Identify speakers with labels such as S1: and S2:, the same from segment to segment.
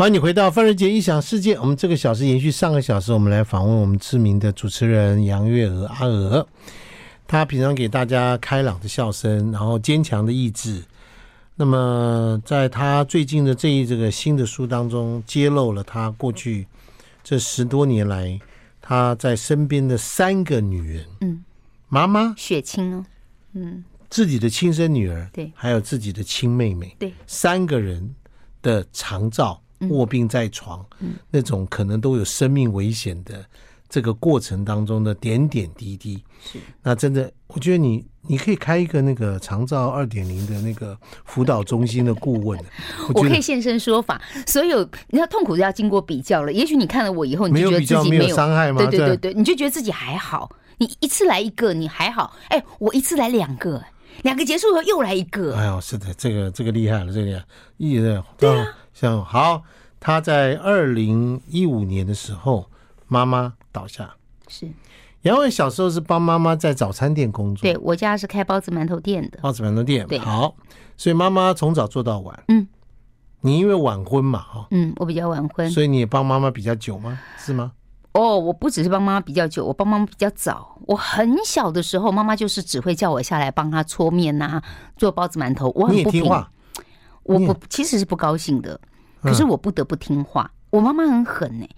S1: 欢迎你回到范瑞杰异想世界。我们这个小时延续上个小时，我们来访问我们知名的主持人杨月娥阿娥。她平常给大家开朗的笑声，然后坚强的意志。那么，在她最近的这一这个新的书当中，揭露了她过去这十多年来她在身边的三个女人：
S2: 嗯，
S1: 妈妈、
S2: 血清哦，嗯，
S1: 自己的亲生女儿，
S2: 对
S1: 还有自己的亲妹妹，
S2: 对，
S1: 三个人的长照
S2: 嗯
S1: 卧病在床，那种可能都有生命危险的这个过程当中的点点滴滴，
S2: 是
S1: 那真的，我觉得你你可以开一个那个长照二点零的那个辅导中心的顾 问，
S2: 我
S1: 觉
S2: 可以
S1: 得
S2: 现身说法，所有你要痛苦都要经过比较了。也许你看了我以后，你
S1: 没
S2: 就
S1: 有
S2: 觉得
S1: 比
S2: 自
S1: 较
S2: 己
S1: 没
S2: 没
S1: 有伤害吗？
S2: 对对对
S1: 吧，
S2: 对，你就觉得自己还好。你一次来一个，你还好。哎，我一次来两个，两个结束以后又来一个。
S1: 哎呦，是的，这个这个厉害了，这个厉害一直在对
S2: 啊
S1: 像好，他在二零一五年的时候，妈妈倒下。
S2: 是
S1: 杨伟小时候是帮妈妈在早餐店工作，
S2: 对，我家是开包子馒头店的，
S1: 包子馒头店。
S2: 对
S1: 好，所以妈妈从早做到晚。
S2: 嗯，
S1: 你因为晚婚嘛，哈、
S2: 嗯，我比较晚婚。
S1: 所以你也帮妈妈比较久吗？是吗？
S2: 哦，我不只是帮妈妈比较久，我帮妈妈比较早。我很小的时候，妈妈就是只会叫我下来帮她搓面呐、做包子馒头。我很
S1: 你也
S2: 不
S1: 听
S2: 平，
S1: 话，
S2: 我
S1: 你也嗯
S2: 不其实是不高兴的，可是我不得不听话。我妈妈很狠呢、欸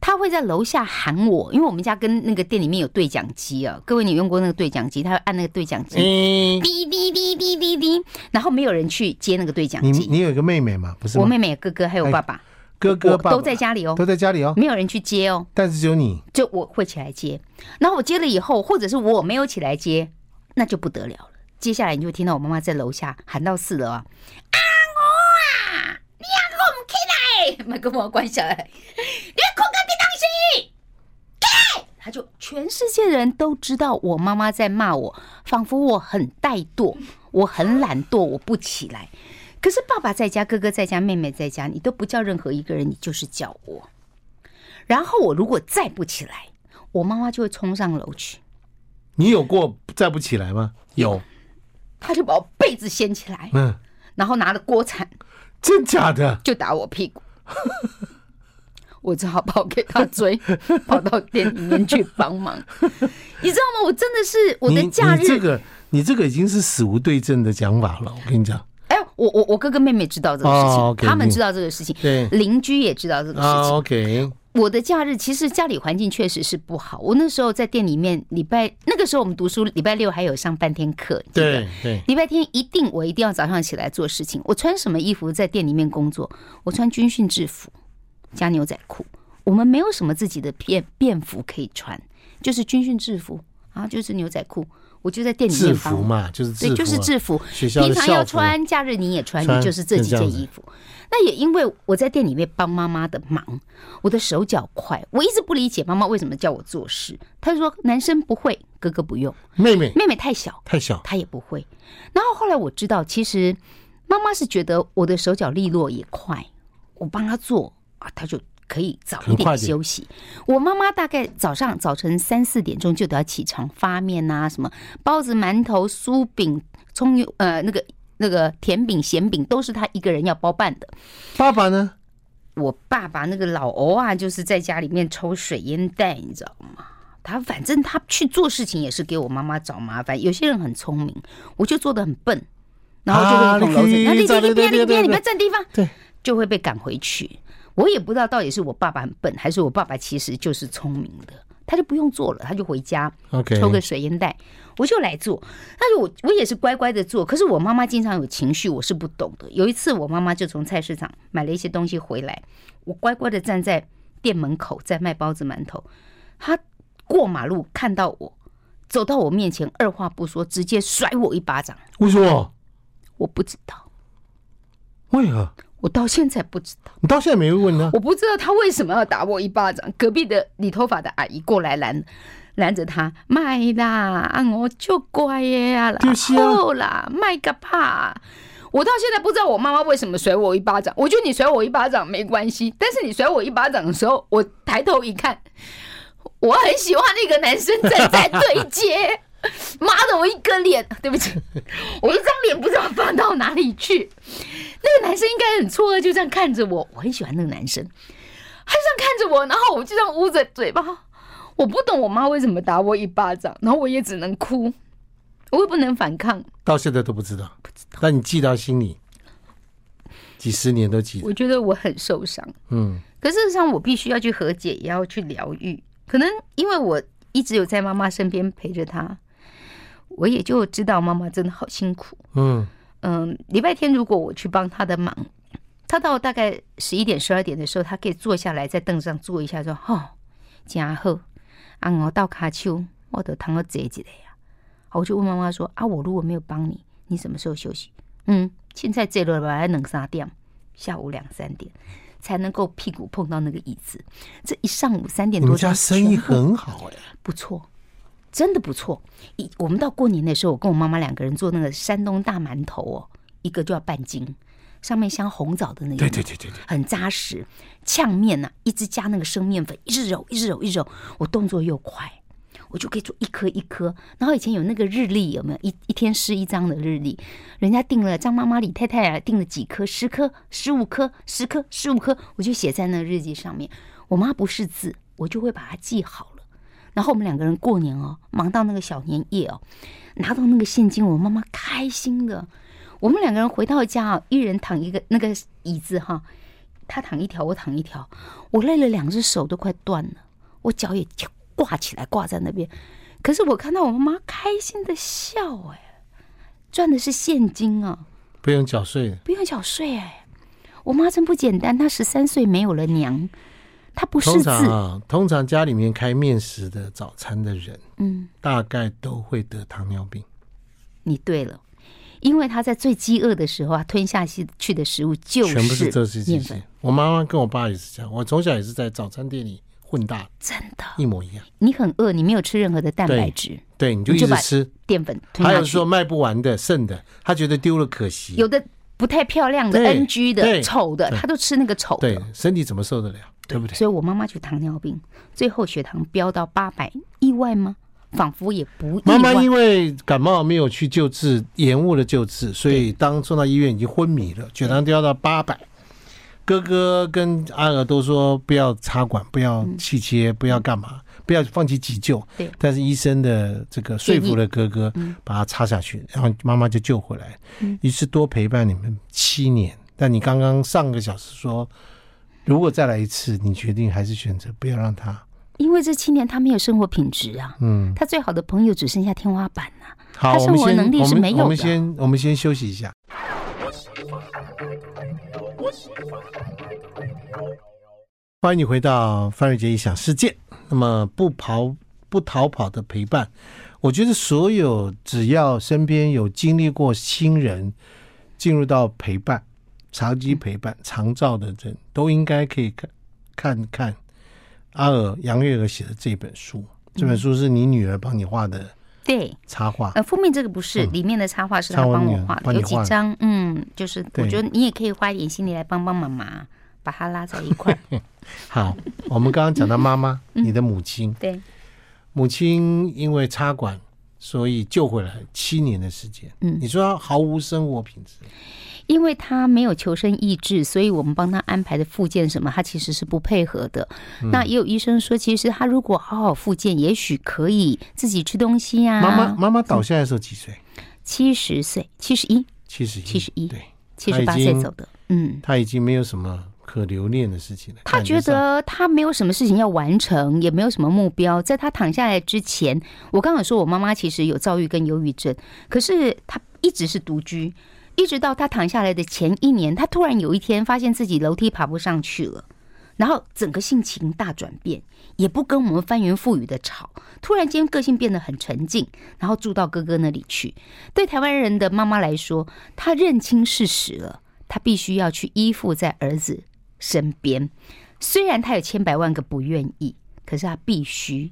S2: 她会在楼下喊我，因为我们家跟那个店里面有对讲机啊。各位，你用过那个对讲机？她会按那个对讲机，
S1: 嗯，
S2: 滴滴滴滴滴滴，然后没有人去接那个对讲
S1: 你
S2: 机。
S1: 你有一个妹妹嘛，不是吗？
S2: 我妹妹、哥哥还有爸爸，
S1: 哎哥哥
S2: 我
S1: 爸爸
S2: 都在家里哦，
S1: 都在家里哦，
S2: 没有人去接哦。
S1: 但是只有你
S2: 就我会起来接，然后我接了以后，或者是我没有起来接，那就不得了了。接下来你就听到我妈妈在楼下喊到四楼啊，啊我啊，你要给我们起来，麦克风关下来，你要空干别东西，起来！他就全世界人都知道我妈妈在骂我，仿佛我很怠惰，我很懒惰，我不起来。可是爸爸在家，哥哥在家，妹妹在家，你都不叫任何一个人，你就是叫我。然后我如果再不起来，我妈妈就会冲上楼去，
S1: 你有过站不起来吗？有，
S2: 她就把我被子掀起来，
S1: 嗯，
S2: 然后拿了锅铲
S1: 真假的？
S2: 就打我屁股。 我只好跑给她追，跑到店里面去帮忙。你知道吗？我真的是我的
S1: 你
S2: 假
S1: 你这
S2: 日，
S1: 个你这个已经是死无对证的讲法了，我跟你讲，
S2: 哎，我我我哥哥妹妹知道这个事
S1: 哦，OK，
S2: 情，他们
S1: 你
S2: 知道这个事情，
S1: 对
S2: 邻居也知道这个事
S1: 啊
S2: 情。
S1: ，OK，
S2: 我的假日其实家里环境确实是不好。我那时候在店里面，礼拜那个时候我们读书，礼拜六还有上半天课，你记得
S1: 对对，
S2: 礼拜天一定我一定要早上起来做事情。我穿什么衣服在店里面工作？我穿军训制服加牛仔裤。我们没有什么自己的便便服可以穿，就是军训制服啊，就是牛仔裤。我就在店里面
S1: 制
S2: 帮
S1: 服
S2: 忙
S1: 嘛，就是制服啊
S2: 对，
S1: 嘛，
S2: 就是制服。
S1: 学校的
S2: 平常要
S1: 校服
S2: 穿，假日你也穿，
S1: 穿
S2: 你就是这几
S1: 就这
S2: 件
S1: 样子
S2: 衣服。那也因为我在店里面帮妈妈的忙，我的手脚快，我一直不理解妈妈为什么叫我做事。她说男生不会，哥哥不用，
S1: 妹妹
S2: 妹妹太小，
S1: 太小，
S2: 他也不会。然后后来我知道，其实妈妈是觉得我的手脚利落也快，我帮她做啊，她就可以早一
S1: 很快
S2: 点
S1: 点
S2: 休息。我妈妈大概早上早晨三四点钟就得要起床发面啊，什么包子、馒头、酥饼、葱油呃那个那个甜饼、咸饼都是她一个人要包办的。
S1: 爸爸呢？
S2: 我爸爸那个老欧啊，就是在家里面抽水烟弹，你知道吗？他反正他去做事情也是给我妈妈找麻烦。有些人很聪明，我就做的很笨，然后就
S1: 啊
S2: 跟一桶楼
S1: 你
S2: 那你
S1: 对
S2: 你
S1: 对
S2: 别
S1: 对
S2: 你别
S1: 对
S2: 你不要占地方，
S1: 对，
S2: 就会被赶回去。我也不知道到底是我爸爸很笨，还是我爸爸其实就是聪明的，他就不用做了，他就回家。
S1: OK，
S2: 抽个水烟袋，我就来做。但是我我也是乖乖的做，可是我妈妈经常有情绪，我是不懂的。有一次，我妈妈就从菜市场买了一些东西回来，我乖乖的站在店门口在卖包子馒头，她过马路看到我，走到我面前，二话不说直接甩我一巴掌。
S1: 为什么？
S2: 我不知道，
S1: 为何？
S2: 我到现在不知道。
S1: 你到现在没问呢？
S2: 我不知道他为什么要打我一巴掌。隔壁的理头发的阿姨过来拦拦着他，卖啦，啊我就乖呀啦，
S1: 就是啊
S2: 好啦，卖个怕。我到现在不知道我妈妈为什么甩我一巴掌。我觉得你甩我一巴掌没关系，但是你甩我一巴掌的时候，我抬头一看，我很喜欢那个男生站在对 接。 妈的，我一个脸，对不起，我一张脸不知道放到哪里去。那个男生应该很错愕，就这样看着我。我很喜欢那个男生，他就这样看着我，然后我就这样捂着嘴巴。我不懂我妈为什么打我一巴掌，然后我也只能哭，我也不能反抗。
S1: 到现在都不知道，但你记到心里，几十年都记得。
S2: 我觉得我很受伤，
S1: 嗯，
S2: 可事实上我必须要去和解，也要去疗愈。可能因为我一直有在妈妈身边陪着她，我也就知道妈妈真的好辛苦。
S1: 嗯，
S2: 嗯，礼拜天如果我去帮他的忙，他到大概十一点、十二点的时候，他可以坐下来在凳上坐一下，说：“哦，真好，啊，我到卡丘，我得躺到坐一下呀。”好我就问妈妈说：“啊，我如果没有帮你，你什么时候休息？”嗯，现在坐落来两三点，下午两三点才能够屁股碰到那个椅子。这一上午三点
S1: 你
S2: 多
S1: 们
S2: 钟，
S1: 家生意
S2: 全部
S1: 很好哎、
S2: 不错，真的不错。一我们到过年的时候，我跟我妈妈两个人做那个山东大馒头哦，一个就要半斤，上面像红枣的那个，
S1: 对对对对对，
S2: 很扎实。呛面呐、一直加那个生面粉，一直揉，一直揉，一直揉，我动作又快。我就可以做一颗一颗，然后以前有那个日历，有没有一一天撕一张的日历？人家订了张妈妈、李太太啊，订了几颗，十颗、十五颗、十颗、十五颗，我就写在那日记上面。我妈不识字，我就会把它记好了。然后我们两个人过年哦，忙到那个小年夜哦，拿到那个现金，我妈妈开心的。我们两个人回到家啊，一人躺一个那个椅子哈，她躺一条，我躺一条，我累了，两只手都快断了，我脚也挂起来挂在那边。可是我看到我妈妈开心的笑、哎，赚的是现金啊，
S1: 不用缴税的。
S2: 不用缴税哎。我妈真不简单，她十三岁没有了娘，她不识
S1: 通
S2: 字，
S1: 常啊，通常家里面开面食的早餐的人，
S2: 嗯，
S1: 大概都会得糖尿病。
S2: 你对了，因为他在最饥饿的时候啊，吞下去去的食物就
S1: 全部是这些这
S2: 面粉
S1: 些。。我妈妈跟我爸也是这样，我从小也是在早餐店里混大，
S2: 真的，
S1: 一模一样。
S2: 你很饿，你没有吃任何的蛋白
S1: 对
S2: 质、
S1: 对，你就一
S2: 你就
S1: 直
S2: 把
S1: 吃。
S2: 淀粉吞
S1: 还
S2: 下
S1: 有
S2: 去
S1: 说，卖不完的剩的，他觉得丢了可惜。
S2: 有的不太漂亮的、
S1: 对
S2: NG 的、
S1: 对
S2: 丑的，他都吃那个丑
S1: 对
S2: 的。
S1: 身体怎么受得了？对不对？
S2: 所以我妈妈就糖尿病，最后血糖飙到八百，意外吗？仿佛也不意
S1: 妈
S2: 外。
S1: 妈因为感冒没有去救治，延误了救治，所以当送到医院已经昏迷了，血糖掉到八百。哥哥跟阿娥都说不要插管，不要气切，不要干嘛，不要放弃急救
S2: 嗯对。嗯
S1: 但是医生的这个说服了哥哥，把他插下去，然后妈妈就救回来。于是多陪伴你们七年。但你刚刚上个小时说，如果再来一次，你决定还是选择不要让他。
S2: 因为这七年她没有生活品质啊，嗯，她最好的朋友只剩下天花板呐、
S1: 好，
S2: 他
S1: 我
S2: 生
S1: 们
S2: 活
S1: 先
S2: 能力
S1: 我
S2: 是
S1: 们
S2: 没有的
S1: 我们先我们先休息一下。欢迎你回到范瑞杰一想世界。那么不跑不逃跑的陪伴，我觉得所有只要身边有经历过亲人进入到陪伴、长期陪伴、长照的人，都应该可以看看看阿尔杨月娥写的这本书。这
S2: 嗯
S1: 本书是你女儿帮你画的
S2: 对，
S1: 插画，
S2: 呃，封面这个不是，里面的插画是他
S1: 啊嗯插画
S2: 帮我
S1: 你
S2: 画的，
S1: 帮
S2: 有
S1: 你
S2: 几
S1: 画的
S2: 张，嗯，就是我
S1: 对
S2: 觉得你也可以花一点心力来帮帮妈妈，把它拉在一 块儿。
S1: 好，我们刚刚讲到妈妈，
S2: 嗯
S1: 你的母亲，
S2: 对，
S1: 母亲因为插管，所以救回来七年的时间。
S2: 嗯
S1: 你说她毫无生活品质，
S2: 因为他没有求生意志，所以我们帮他安排的复健什么，他其实是不配合的。
S1: 嗯
S2: 那也有医生说，其实他如果好好复健，也许可以自己吃东西啊。
S1: 妈妈妈妈倒下来的时候几岁？
S2: 七十岁，七十一，
S1: 七十一，
S2: 71
S1: 对，
S2: 七十八岁走的，嗯。
S1: 她已经没有什么可留恋的事情了。
S2: 他
S1: 感
S2: 觉
S1: 上
S2: 得他没有什么事情要完成，也没有什么目标。在他躺下来之前，我刚刚有说我妈妈其实有躁郁跟忧郁症，可是她一直是独居，一直到她躺下来的前一年，她突然有一天发现自己楼梯爬不上去了。然后整个性情大转变，也不跟我们翻云覆雨的吵，突然间个性变得很沉静，然后住到哥哥那里去。对台湾人的妈妈来说，她认清事实了，她必须要去依附在儿子身边。虽然她有千百万个不愿意，可是她必须。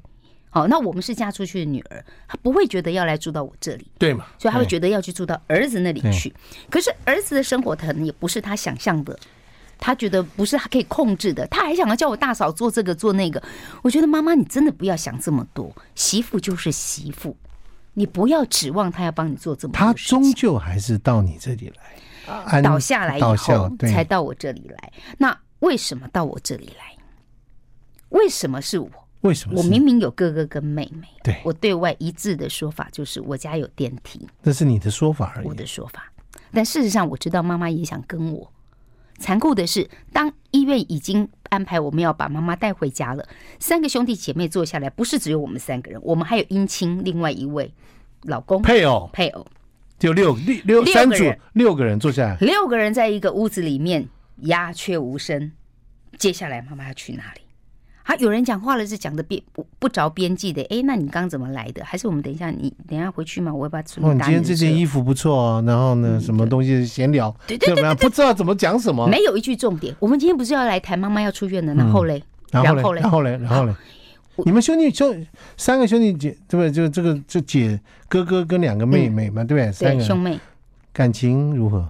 S2: 好、那我们是嫁出去的女儿，她不会觉得要来住到我这里，
S1: 对嘛？
S2: 所以她会
S1: 对
S2: 觉得要去住到儿子那里
S1: 对
S2: 去。可是儿子的生活可能也不是她想象的，她觉得不是她可以控制的，她还想要叫我大嫂做这个做那个。我觉得妈妈，你真的不要想这么多，媳妇就是媳妇，你不要指望她要帮你做这么
S1: 她
S2: 多事情。
S1: 终究还是到你这里来。安
S2: 啊倒下来以
S1: 倒下
S2: 后，
S1: 对
S2: 才到我这里来。那为什么到我这里来？为什么是我？
S1: 为什么
S2: 我
S1: 是？
S2: 明明有哥哥跟妹妹。
S1: 对，
S2: 我对外一致的说法就是我家有电梯，
S1: 那是你的说法而
S2: 我
S1: 已
S2: 的。说法。但事实上，我知道妈妈也想跟我。残酷的是，当医院已经安排我们要把妈妈带回家了，三个兄弟姐妹坐下来，不是只有我们三个人，我们还有姻亲另外一位老公
S1: 配偶
S2: 配偶，
S1: 就六六
S2: 六
S1: 六
S2: 个
S1: 三组
S2: 人
S1: 六个人坐下来，
S2: 六个人在一个屋子里面鸦雀无声。接下来妈妈要去哪里？啊，有人讲话了，是讲的边不不着边际的。哎诶，那你刚怎么来的？还是我们等一下你等一下回去吗？我要把准
S1: 哦，
S2: 备
S1: 你
S2: 打
S1: 今天这
S2: 的
S1: 件
S2: 折
S1: 衣服不错哦，然后
S2: 嗯
S1: 呢，什么东西闲聊，要不然不知道怎么讲什么。
S2: 没有一句重点。我们今天不是要来谈妈妈要出院了，
S1: 嗯
S2: 然后嘞，
S1: 然
S2: 然
S1: 后
S2: 后
S1: 嘞，
S2: 嘞
S1: 然后嘞，然后嘞
S2: 我，
S1: 你们兄弟兄三个兄弟姐，对不对？就这个就姐哥哥跟两个妹妹嘛，对不对？三
S2: 嗯对
S1: 个
S2: 兄
S1: 人
S2: 妹，
S1: 感情如何？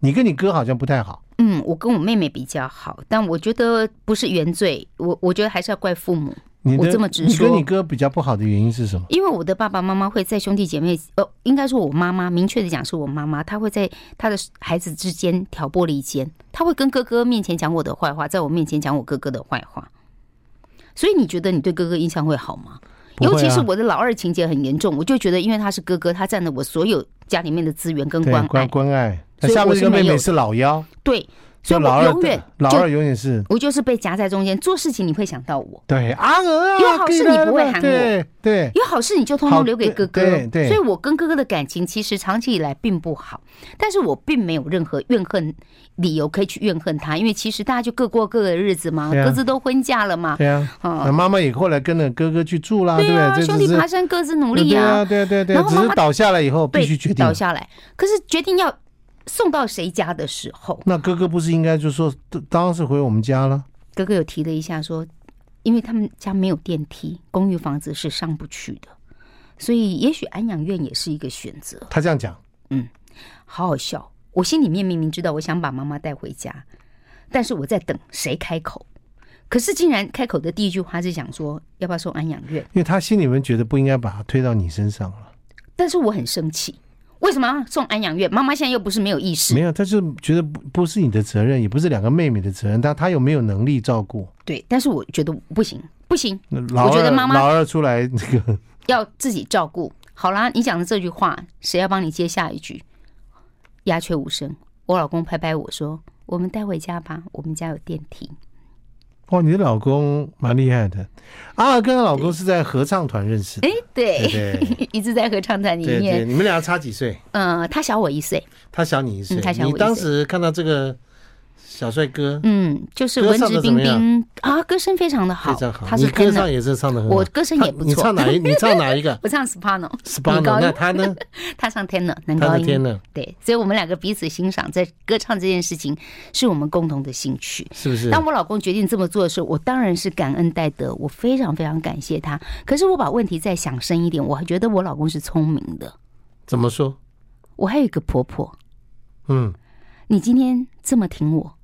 S1: 你跟你哥好像不太好，
S2: 嗯，我跟我妹妹比较好，但我觉得不是原罪，我我觉得还是要怪父母，
S1: 你的
S2: 我这么直
S1: 你跟
S2: 说
S1: 你哥比较不好的原因是什么？
S2: 因为我的爸爸妈妈会在兄弟姐妹，呃，应该说我妈妈，明确的讲是我妈妈，她会在她的孩子之间挑拨离间，她会跟哥哥面前讲我的坏话，在我面前讲我哥哥的坏话，所以你觉得你对哥哥印象会好吗？
S1: 不会啊
S2: 尤其是我的老二情节很严重，我就觉得因为他是哥哥，他占了我所有家里面的资源跟
S1: 对
S2: 关，爱
S1: 关，关爱。那
S2: 所以
S1: 下面
S2: 我
S1: 这
S2: 是
S1: 个妹
S2: 没
S1: 妹
S2: 有
S1: 是老幺，
S2: 对，所
S1: 就
S2: 以
S1: 老
S2: 我
S1: 二
S2: 永远
S1: 老
S2: 就
S1: 二永远是
S2: 我就是被夹在中间，做事情你会想到我，
S1: 对阿娥啊，
S2: 有好事
S1: 可以
S2: 你不会
S1: 来了
S2: 喊
S1: 对对，
S2: 有好事你就通
S1: 好
S2: 通留给哥哥。
S1: 对对对
S2: 所以我跟哥哥的感情其实长期以来并不好，但是我并没有任何怨恨理由可以去怨恨他，因为其实大家就各过各的日子嘛，
S1: 对啊
S2: 各自都婚嫁 了嘛，
S1: 对啊，
S2: 嗯
S1: 那妈妈也后来跟着哥哥去住啦，对不
S2: 啊，
S1: 对？这
S2: 兄
S1: 只
S2: 弟
S1: 是
S2: 爬山各自努力
S1: 对
S2: 呀、
S1: 啊，对对对，
S2: 然后
S1: 只
S2: 妈
S1: 是
S2: 妈
S1: 倒下来以后必须决定
S2: 倒。下来。可是决定要送到谁家的时候，
S1: 那哥哥不是应该就说，当当然是回我们家了。
S2: 哥哥有提了一下说，因为他们家没有电梯，公寓房子是上不去的，所以也许安养院也是一个选择。
S1: 他这样讲，
S2: 好好笑。我心里面明明知道我想把妈妈带回家，但是我在等谁开口。可是竟然开口的第一句话是想说要不要送安养院，
S1: 因为他心里面觉得不应该把他推到你身上了。
S2: 但是我很生气，为什么要送安养院？妈妈现在又不是没有意识
S1: 没，有，他就觉得不不是你的责任，也不是两个妹妹的责任，但他有没有能力照顾？
S2: 对，但是我觉得不行，不行，
S1: 那老
S2: 觉得
S1: 二
S2: 妈妈
S1: 老二出来那个，
S2: 要自己照顾。好啦，你讲的这句话，谁要帮你接下一句？鸦雀无声。我老公拍拍我说：“我们带回家吧，我们家有电梯。
S1: 哇，你的老公蛮厉害的。阿尔跟她老公是在合唱团认识的，”对
S2: 对，
S1: 对
S2: 一直在合唱团里
S1: 对对，
S2: 面。
S1: 你们俩差几岁？
S2: 呃，他小我一岁，
S1: 他小你一岁
S2: 嗯他，小我
S1: 你
S2: 一
S1: 当
S2: 岁
S1: 时看到这个小帅哥
S2: 嗯，就是文质彬彬啊，歌声非常的好，
S1: 非常好，
S2: 他
S1: 你
S2: 是
S1: 歌
S2: tenor，
S1: 唱也是唱的很好，
S2: 我歌声也不
S1: 他你
S2: 错
S1: 唱。哪一？你唱哪一个
S2: 我唱 soprano，
S1: ？Spano，
S2: 女高音
S1: 那他呢？
S2: 他唱 tenor 男
S1: 他
S2: 高
S1: 的天
S2: 音，
S1: 呢？
S2: 对，所以我们两个彼此欣赏，在歌唱这件事情是我们共同的兴趣。
S1: 是不是？
S2: 当我老公决定这么做的时候，我当然是感恩戴德，我非常非常感谢他。可是我把问题再想深一点，我还觉得我老公是聪明的。
S1: 怎么说？
S2: 我还有一个婆婆，
S1: 嗯
S2: 你今天这么挺我，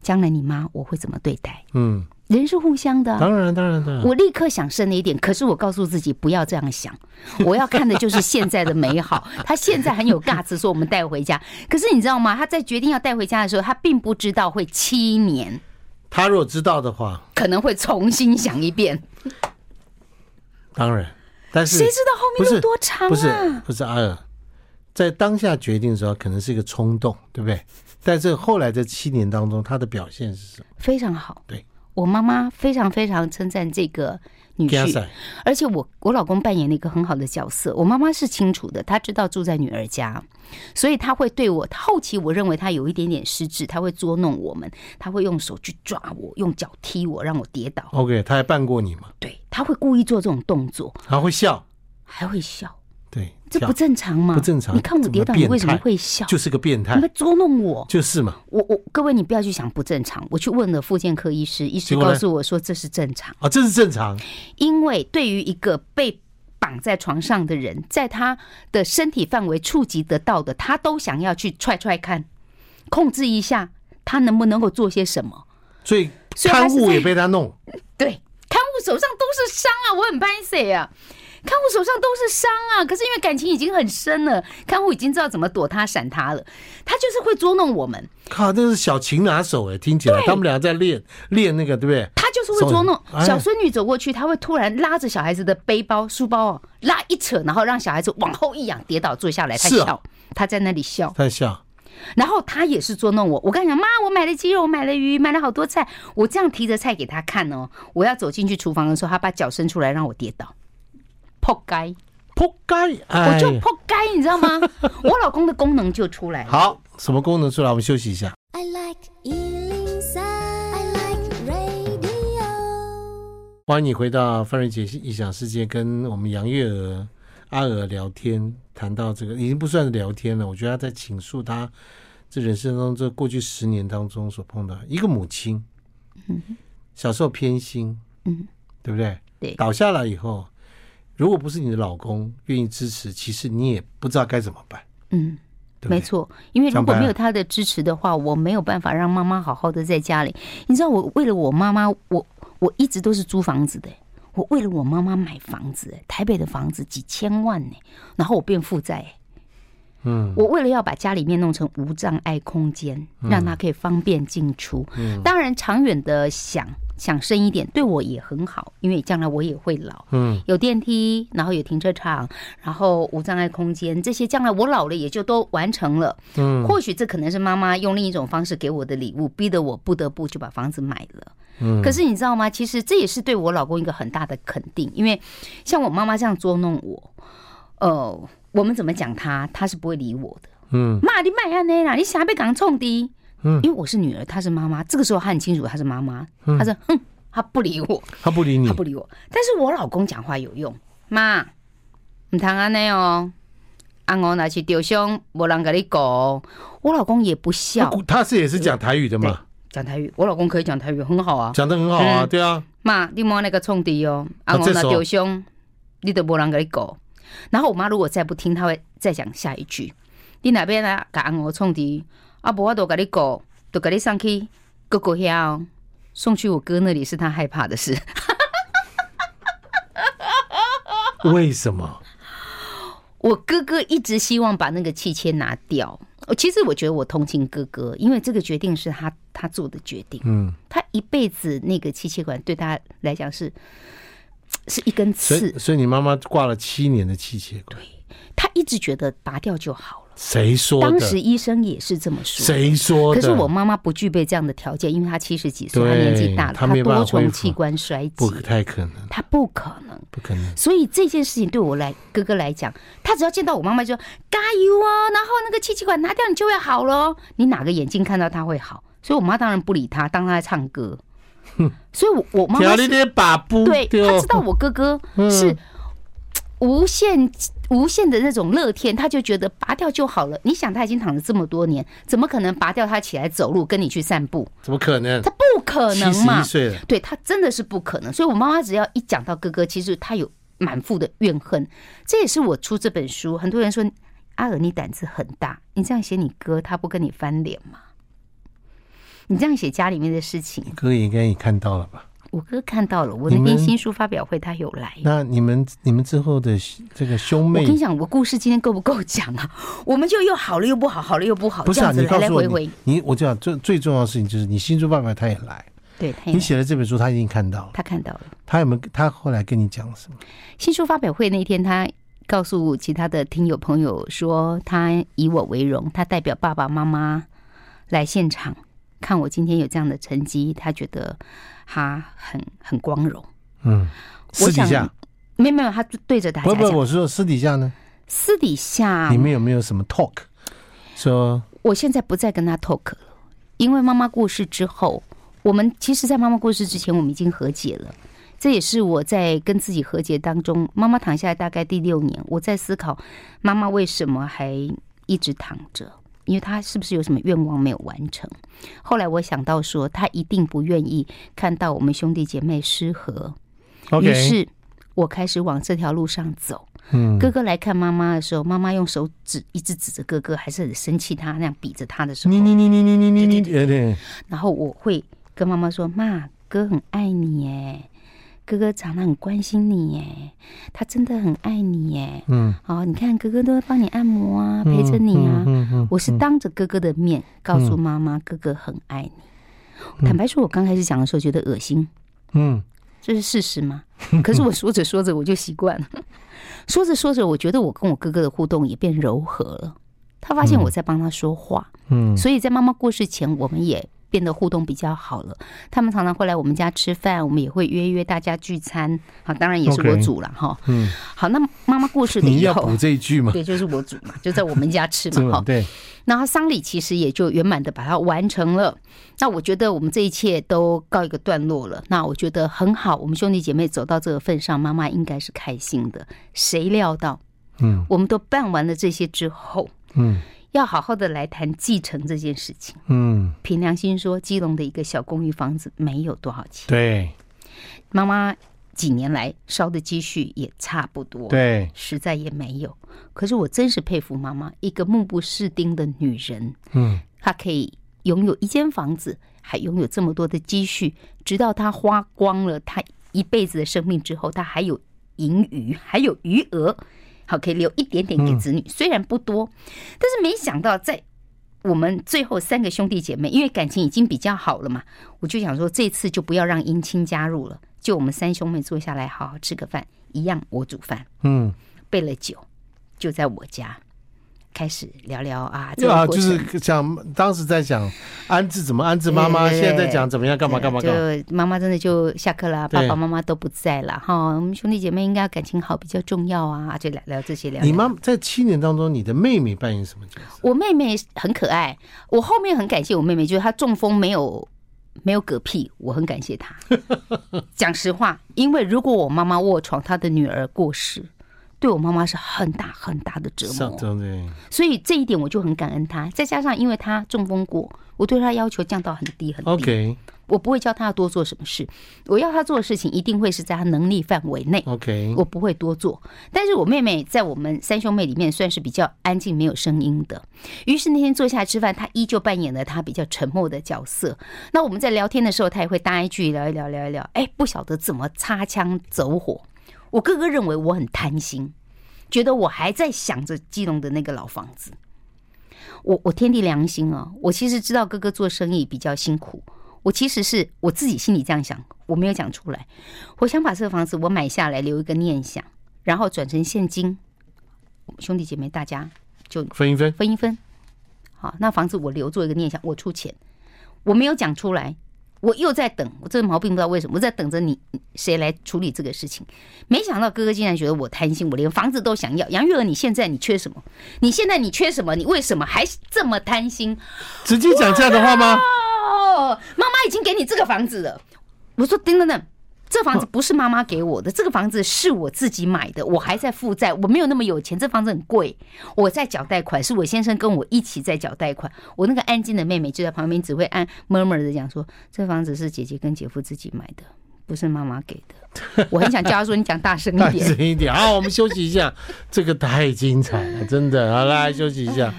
S2: 将来你妈我会怎么对待？
S1: 嗯，
S2: 人是互相的啊、
S1: 当然当然当然。
S2: 我立刻想深了一点，可是我告诉自己不要这样想， 我要看的就是现在的美 好。他现在很有尬子，说我们带回家。可是你知道吗？他在决定要带回家的时候，他并不知道会七年，
S1: 他若知道的话，
S2: 可能会重新想一遍。
S1: 当然。但是
S2: 谁知道后
S1: 不
S2: 面
S1: 是
S2: 有多长
S1: 不是
S2: 啊？
S1: 不是阿尔，在当下决定的时候，可能是一个冲动，对不对？但是后来这七年当中，他的表现是什么？
S2: 非常好，
S1: 对
S2: 我妈妈非常非常称赞这个女
S1: 给他
S2: 婿，
S1: 塞
S2: 而且我我老公扮演了一个很好的角色。我妈妈是清楚的，她知道住在女儿家，所以她会对我后期我认为她有一点点失智，她会捉弄我们，她会用手去抓我，用脚踢我，让我跌倒。
S1: OK，他还办过你嘛？
S2: 对，她会故意做这种动作，
S1: 他会笑，
S2: 还会笑，
S1: 对，
S2: 这
S1: 笑
S2: 不正常吗？
S1: 不正常
S2: 你看我跌倒，你为什么会笑？
S1: 就是个变态
S2: 你，会捉弄我。
S1: 就是嘛。
S2: 我我各位，你不要去想不正常。我去问了复健科医师，医师
S1: 结果呢
S2: 告诉我说这是正常，
S1: 啊，这是正常，
S2: 因为对于一个被绑在床上的人，在他的身体范围触及得到的，他都想要去踹踹看，控制一下他能不能够做些什么。
S1: 所以
S2: 所以他
S1: 刊
S2: 是
S1: 物
S2: 在
S1: 也被他弄。
S2: 对，看我手上都是伤啊，我很拍谁啊。看护手上都是伤啊，可是因为感情已经很深了，看护已经知道怎么躲他、闪他了，他就是会捉弄我们，
S1: 靠，这是小擒拿手哎，听起来他们俩在练练那个，对不对？
S2: 他就是会捉弄
S1: 哎
S2: 小孙女走过去，他会突然拉着小孩子的背包、书包哦，拉一扯，然后让小孩子往后一仰，跌倒坐下来，他
S1: 是啊
S2: 笑，他在那里笑，
S1: 在笑，
S2: 然后他也是捉弄我。我跟你讲，妈，我买了鸡肉，我买了鱼，买了好多菜，我这样提着菜给他看哦，我要走进去厨房的时候，他把脚伸出来让我跌倒，扑街。
S1: 扑街！
S2: 我
S1: 哎
S2: 就扑街，你知 道吗？我老公的功能就出来了。
S1: 好，什么功能出来？我们休息一下。
S3: I like Ealing Sound. I like radio.
S1: 欢迎你回到范瑞杰异想世界，跟我们杨月娥、阿娥聊天，谈到这个已经不算是聊天了。我觉得他在倾诉他这人生当中这过去十年当中所碰到一个母亲，小时候偏心，
S2: 嗯，
S1: 对不对？
S2: 对
S1: 倒下来以后，如果不是你的老公愿意支持，其实你也不知道该怎么办，
S2: 嗯，
S1: 对不对？
S2: 没错，因为如
S1: 上
S2: 果
S1: 班
S2: 没有他的支持的话，我没有办法让妈妈好好的在家里。你知道，我为了我妈妈，我我一直都是租房子的。欸我为了我妈妈买房子，欸台北的房子几千万呢，然后我变负债。欸
S1: 嗯，
S2: 我为了要把家里面弄成无障碍空间，让
S1: 嗯
S2: 它可以方便进出。当然，长远的想想深一点，对我也很好，因为将来我也会老。
S1: 嗯，
S2: 有电梯，然后有停车场，然后无障碍空间，这些将来我老了也就都完成了。
S1: 嗯，
S2: 或许这可能是妈妈用另一种方式给我的礼物，逼得我不得不就把房子买了。
S1: 嗯
S2: 可是你知道吗？其实这也是对我老公一个很大的肯定，因为像我妈妈这样捉弄我，呃，我们怎么讲她，她是不会理我的。
S1: 嗯
S2: 妈，你卖安内啦，你想被港冲的？
S1: 嗯
S2: 因为我是女儿，她是妈妈，这个时候她很清楚她是妈妈，她说哼，她不理我。
S1: 他不理你
S2: 他，不理我。但是我老公讲话有用，妈，唔通安尼哦，安我拿去丢胸，无人跟你讲哦。我老公也不
S1: 他
S2: 笑，
S1: 他是也是讲台语的嘛，
S2: 讲台语，我老公可以讲台语，很好啊。
S1: 讲的很好啊，
S2: 嗯
S1: 对 啊，
S2: 妈，你摸那个冲敌哦，
S1: 啊
S2: 安我
S1: 这
S2: 拿
S1: 时候
S2: 丢胸，你都无人跟你讲。然后我妈如果再不听，她会再讲下一句。你那边啊，甲安我冲敌，啊，无我都跟你讲，都跟你上去哥哥遐哦，送去我哥那里是他害怕的事。
S1: 为什么？
S2: 我哥哥一直希望把那个气切拿掉。呃其实我觉得我同情哥哥，因为这个决定是他他做的决定。
S1: 嗯，
S2: 他一辈子那个气切管对他来讲是是一根
S1: 所以
S2: 刺，
S1: 所以你妈妈挂了七年的气切管，
S2: 他一直觉得拔掉就好了。
S1: 谁说
S2: 当时
S1: 的？
S2: 医生也是这么说。
S1: 谁说
S2: 可
S1: 的？
S2: 是我妈妈不具备这样的条件，因为她七十几岁，她
S1: 对
S2: 年纪大了，
S1: 她
S2: 她
S1: 没有办法
S2: 多
S1: 恢
S2: 重
S1: 复
S2: 器官衰竭
S1: 不，太可能，
S2: 她不可能。
S1: 不可能。
S2: 所以这件事情对我来哥哥来讲，他只要见到我妈妈就说加油哦，然后那个气气管拿掉你就会好咯。你哪个眼睛看到他会好？所以我妈当然不理他，当他在 唱歌。所以我，我妈
S1: 调
S2: 妈
S1: 你
S2: 是
S1: 的把布，
S2: 对
S1: 哦嗯
S2: 她知道我哥哥是无限无限的那种乐天，她就觉得拔掉就好了。你想，他已经躺了这么多年，怎么可能拔掉他起来走路跟你去散步？
S1: 怎么可能
S2: 他？不可
S1: 七
S2: 能
S1: 十一
S2: 嘛！
S1: 岁了，
S2: 对他真的是不可能。所以我妈妈只要一讲到哥哥，其实她有满腹的怨恨。这也是我出这本书，很多人说阿尔你胆子很大，你这样写你哥，他不跟你翻脸吗？你这样写家里面的事情，
S1: 哥应该也看到了吧？
S2: 我哥看到了。我
S1: 你
S2: 那
S1: 们
S2: 天新书发表会他有来。
S1: 那你们你们之后的这个兄
S2: 我
S1: 妹
S2: 跟你，讲，我故事今天够不够讲啊？我们就又好了又不好，好了又不好，
S1: 不是
S2: 这
S1: 啊？
S2: 样子
S1: 你
S2: 来
S1: 告
S2: 来
S1: 诉我
S2: 回回
S1: 你。，你我讲最最重要的事情就是你新竹爸爸他也来，
S2: 对，他也
S1: 你写了这本书他已经看到了，
S2: 他看到了。
S1: 他有没有？他后来跟你讲了什么？
S2: 新书发表会那天，他告诉其他的听友朋友说，他以我为荣，他代表爸爸妈妈来现场看我今天有这样的成绩，他觉得他很很光荣。
S1: 嗯，私
S2: 我
S1: 底
S2: 想
S1: 下
S2: 没有没有，他对着大
S1: 不
S2: 家
S1: 不，
S2: 讲，
S1: 我是说私底下呢，
S2: 私底下
S1: 你们有没有什么 talk？说
S2: 我现在不再跟他 talk 了，因为妈妈过世之后，我们其实，在妈妈过世之前，我们已经和解了。这也是我在跟自己和解当中，妈妈躺下来大概第六年，我在思考妈妈为什么还一直躺着，因为她是不是有什么愿望没有完成？后来我想到说，她一定不愿意看到我们兄弟姐妹失和，于
S1: OK，
S2: 是我开始往这条路上走。
S1: 嗯，
S2: 哥哥来看妈妈的时候，妈妈用手指一直指着哥哥，还是很生气，他那样比着他的时候
S1: 你，你你你你你你你，对对，
S2: 然后我会跟妈妈说：“妈，哥很爱你耶，哥哥常常很关心你耶，他真的很爱你耶。
S1: 嗯，
S2: 哦，你看哥哥都会帮你按摩啊，陪着你啊。
S1: 嗯嗯
S2: 我是当着哥哥的面告诉妈妈，哥哥很爱你。坦白说，我刚开始讲的时候觉得恶心，
S1: 嗯
S2: 这是事实吗？ 可是我说着说着我就习惯了，说着说着，我觉得我跟我哥哥的互动也变柔和了。他发现我在帮他说话，
S1: 嗯
S2: 所以在妈妈过世前，我们也变得互动比较好了。他们常常会来我们家吃饭，我们也会约约大家聚餐。好，当然也是
S1: OK
S2: 我煮了哈。
S1: 嗯，
S2: 好，那妈妈过世了
S1: 你
S2: 以
S1: 要
S2: 后
S1: 补，这一句嗯嘛？
S2: 对，就是我煮嘛，就在我们家 吃
S1: 是
S2: 嘛。
S1: 吗？
S2: 哈，
S1: 对，
S2: 然后丧礼其实也就圆满的把它完成了。那我觉得我们这一切都告一个段落了。那我觉得很好，我们兄弟姐妹走到这个份上，妈妈应该是开心的。谁料到，
S1: 嗯
S2: 我们都办完了这些之后，
S1: 嗯
S2: 要好好的来谈继承这件事情。
S1: 嗯，
S2: 凭良心说，基隆的一个小公寓房子没有多少钱，
S1: 对
S2: 妈妈几年来烧的积蓄也差不多，，
S1: 对，
S2: 实在也没有。可是我真是佩服妈妈，一个目不识丁的女人，
S1: 嗯
S2: 她可以拥有一间房子，还拥有这么多的积蓄，直到她花光了她一辈子的生命之后，她还有盈余，还有余额，好可以留一点点给子女，虽然不多，但是没想到在我们最后三个兄弟姐妹，因为感情已经比较好了嘛，我就想说这次就不要让姻亲加入了，就我们三兄妹坐下来好好吃个饭，一样我煮饭，
S1: 嗯，
S2: 备了酒，就在我家。开始聊聊啊，这
S1: 对
S2: 个
S1: 啊，
S2: 过
S1: 就
S2: 程
S1: 是讲当时在讲安置怎么安置妈妈，
S2: 对
S1: 现
S2: 对对啊
S1: 在在讲怎么样干嘛干嘛干嘛。
S2: 就妈妈真的就下课了，
S1: 对
S2: 爸爸妈妈都不在了哈。我们兄弟姐妹应该感情好比较重要啊，就聊聊这些聊聊。
S1: 你妈在七年当中，你的妹妹扮演什么角色？
S2: 我妹妹很可爱，我后面很感谢我妹妹，就是她中风没有没有嗝屁，我很感 谢她。讲实话，因为如果我妈妈卧床，她的女儿过世，对我妈妈是很大很大的折
S1: 上
S2: 磨，
S1: 啊对不对？
S2: 所以这一点我就很感恩她。再加上因为她中风过，我对她要求降到很低很低。
S1: OK
S2: 我不会教他要多做什么事，我要他做的事情一定会是在他能力范围内，
S1: OK，
S2: 我不会多做。但是我妹妹在我们三兄妹里面算是比较安静、没有声音的。于是那天坐下来吃饭，她依旧扮演了她比较沉默的角色。那我们在聊天的时候，她也会搭一句聊一聊，聊一聊。哎，不晓得怎么擦枪走火。我哥哥认为我很贪心，觉得我还在想着基隆的那个老房子。我我天地良心啊！我其实知道哥哥做生意比较辛苦，我其实是我自己心里这样想，我没有讲出来。我想把这个房子我买下来，留一个念想，然后转成现金，我们兄弟姐妹大家就
S1: 分一分，
S2: 分一分。好，那房子我留作一个念想，我出钱，我没有讲出来，我又在等，我这个毛病不知道为什么，我在等着你谁来处理这个事情。没想到哥哥竟然觉得我贪心，我连房子都想要。杨月娥，你现在你缺什么？你现在你缺什么？你为什么还这么贪心？
S1: 直接讲这样的话吗？
S2: 哦，妈妈已经给你这个房子了。我说等等等，这房子不是妈妈给我的，这个房子是我自己买的，我还在负债，我没有那么有钱，这房子很贵，我在缴贷款，是我先生跟我一起在缴贷款。我那个安静的妹妹就在旁边，只会按 murmur 的讲说，这房子是姐姐跟姐夫自己买的，不是妈妈给的。我很想叫她说，你讲大声
S1: 大
S2: 一 点。
S1: 声一点好，我们休息一下， 这个太精彩了，真的。好，来休息一下。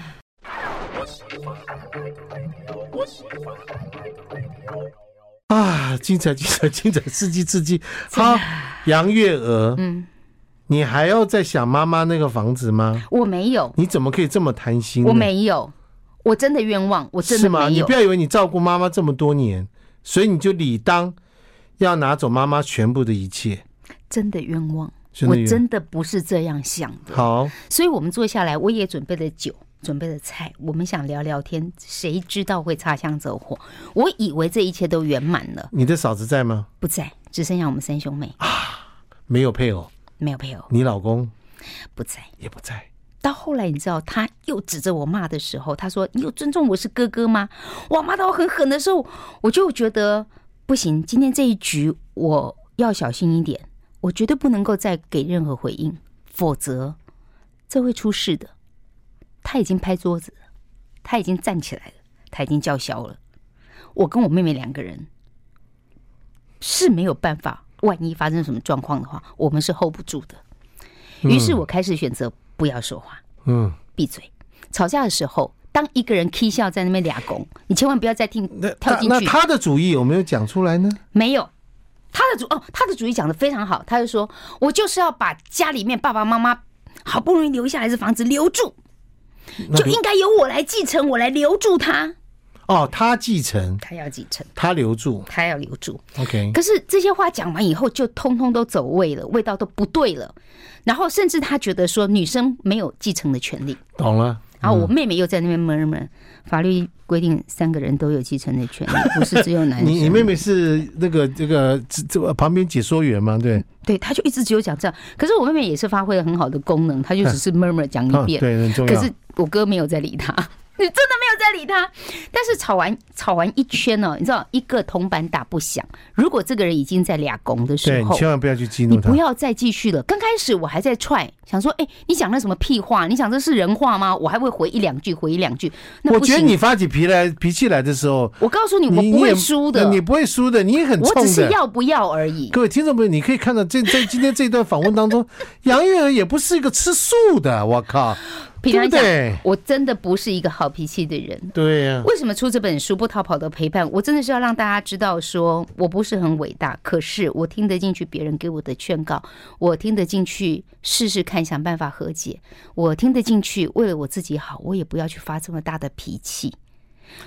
S1: 啊，精彩，精彩，精彩，刺激，刺激！好，杨月娥，
S2: 嗯，
S1: 你还要再想妈妈那个房子吗？
S2: 我没有，
S1: 你怎么可以这么贪心呢？
S2: 我没有，我真的冤枉，我
S1: 嗯
S2: 真
S1: 是
S2: 的
S1: 吗？
S2: 没
S1: 你
S2: 有
S1: 不。要以为你照顾妈妈这么多年，所以你就理当要拿走妈妈全部的一切。
S2: 真的冤枉，
S1: 真的
S2: 我
S1: 冤
S2: 真的不是这样想的。
S1: 好，
S2: 所以我们坐下来，我也准备了酒，准备了菜，我们想聊聊天，谁知道会擦枪走火？我以为这一切都圆满了，
S1: 你的嫂子在吗？
S2: 不在，只剩下我们三兄妹，
S1: 没有配偶，
S2: 没有配偶，
S1: 你老公
S2: 不在。
S1: 也不在。
S2: 到后来，你知道他又指着我骂的时候，他说：“你有尊重我是哥哥吗？”哇，骂到我很狠的时候，我就觉得不行，今天这一局我要小心一点，我绝对不能够再给任何回应，否则这会出事的。他已经拍桌子了，他已经站起来了，他已经叫嚣了。我跟我妹妹两个人是没有办法，万一发生什么状况的话，我们是 hold 不住的。于是我开始选择不要说话。
S1: 嗯，
S2: 闭嘴。吵架的时候，当一个人 k 笑在那边俩拱，你千万不要再听
S1: 那
S2: 跳
S1: 他
S2: 进
S1: 那
S2: 去。
S1: 他的主意有没有讲出来呢？
S2: 没有，他的主哦，他的主意讲的非常好，他就说我就是要把家里面爸爸妈妈好不容易留下来的房子留住，
S1: 那
S2: 就
S1: 比如
S2: 应该由我来继承，我来留住他。
S1: 哦，他继承，
S2: 他要继承，
S1: 他留住
S2: 他要留住。
S1: ，OK，
S2: 可是这些话讲完以后，就通通都走味了，味道都不对了。然后甚至他觉得说女生没有继承的权利。
S1: 懂了。
S2: 然后我妹妹又在那边闷闷，法律规定三个人都有继承的权利，不是只有男 生。
S1: 你你妹妹是那个这个这这旁边解说员吗？对，
S2: 对，她就一直只有讲这样。可是我妹妹也是发挥了很好的功能，她就只是闷闷讲
S1: 啊
S2: 一遍。
S1: 对，很重
S2: 可
S1: 要
S2: 是。我哥没有在理他，你真的没有在理他。但是吵完吵完一圈哦，你知道一个铜板打不响。如果这个人已经在俩拱的时
S1: 对，你
S2: 候，
S1: 千万不要去激
S2: 你
S1: 怒他
S2: 不。要再继续了。刚开始我还在踹，想说，哎、你讲那什么屁话？你讲这是人话吗？我还会回一两句，回一两句。那
S1: 我
S2: 不
S1: 觉得
S2: 行
S1: 你发起脾来脾气来的时候，
S2: 我告诉你，我
S1: 你
S2: 不会
S1: 也
S2: 输的
S1: 对，你不会输的，你也很
S2: 我只
S1: 冲
S2: 是
S1: 的。
S2: 要不要而已。
S1: 各位听众朋友，你可以看到这在今天这一段访问当中， 杨月娥也不是一个吃素的，我靠，
S2: 平常
S1: 对
S2: 讲
S1: 不对，
S2: 我真的不是一个好脾气的人。
S1: 对呀、
S2: 为什么出这本书《不逃跑的陪伴》？我真的是要让大家知道说我不是很伟大，可是我听得进去别人给我的劝告，我听得进去试试看，想办法和解，我听得进去，为了我自己好，我也不要去发这么大的脾气，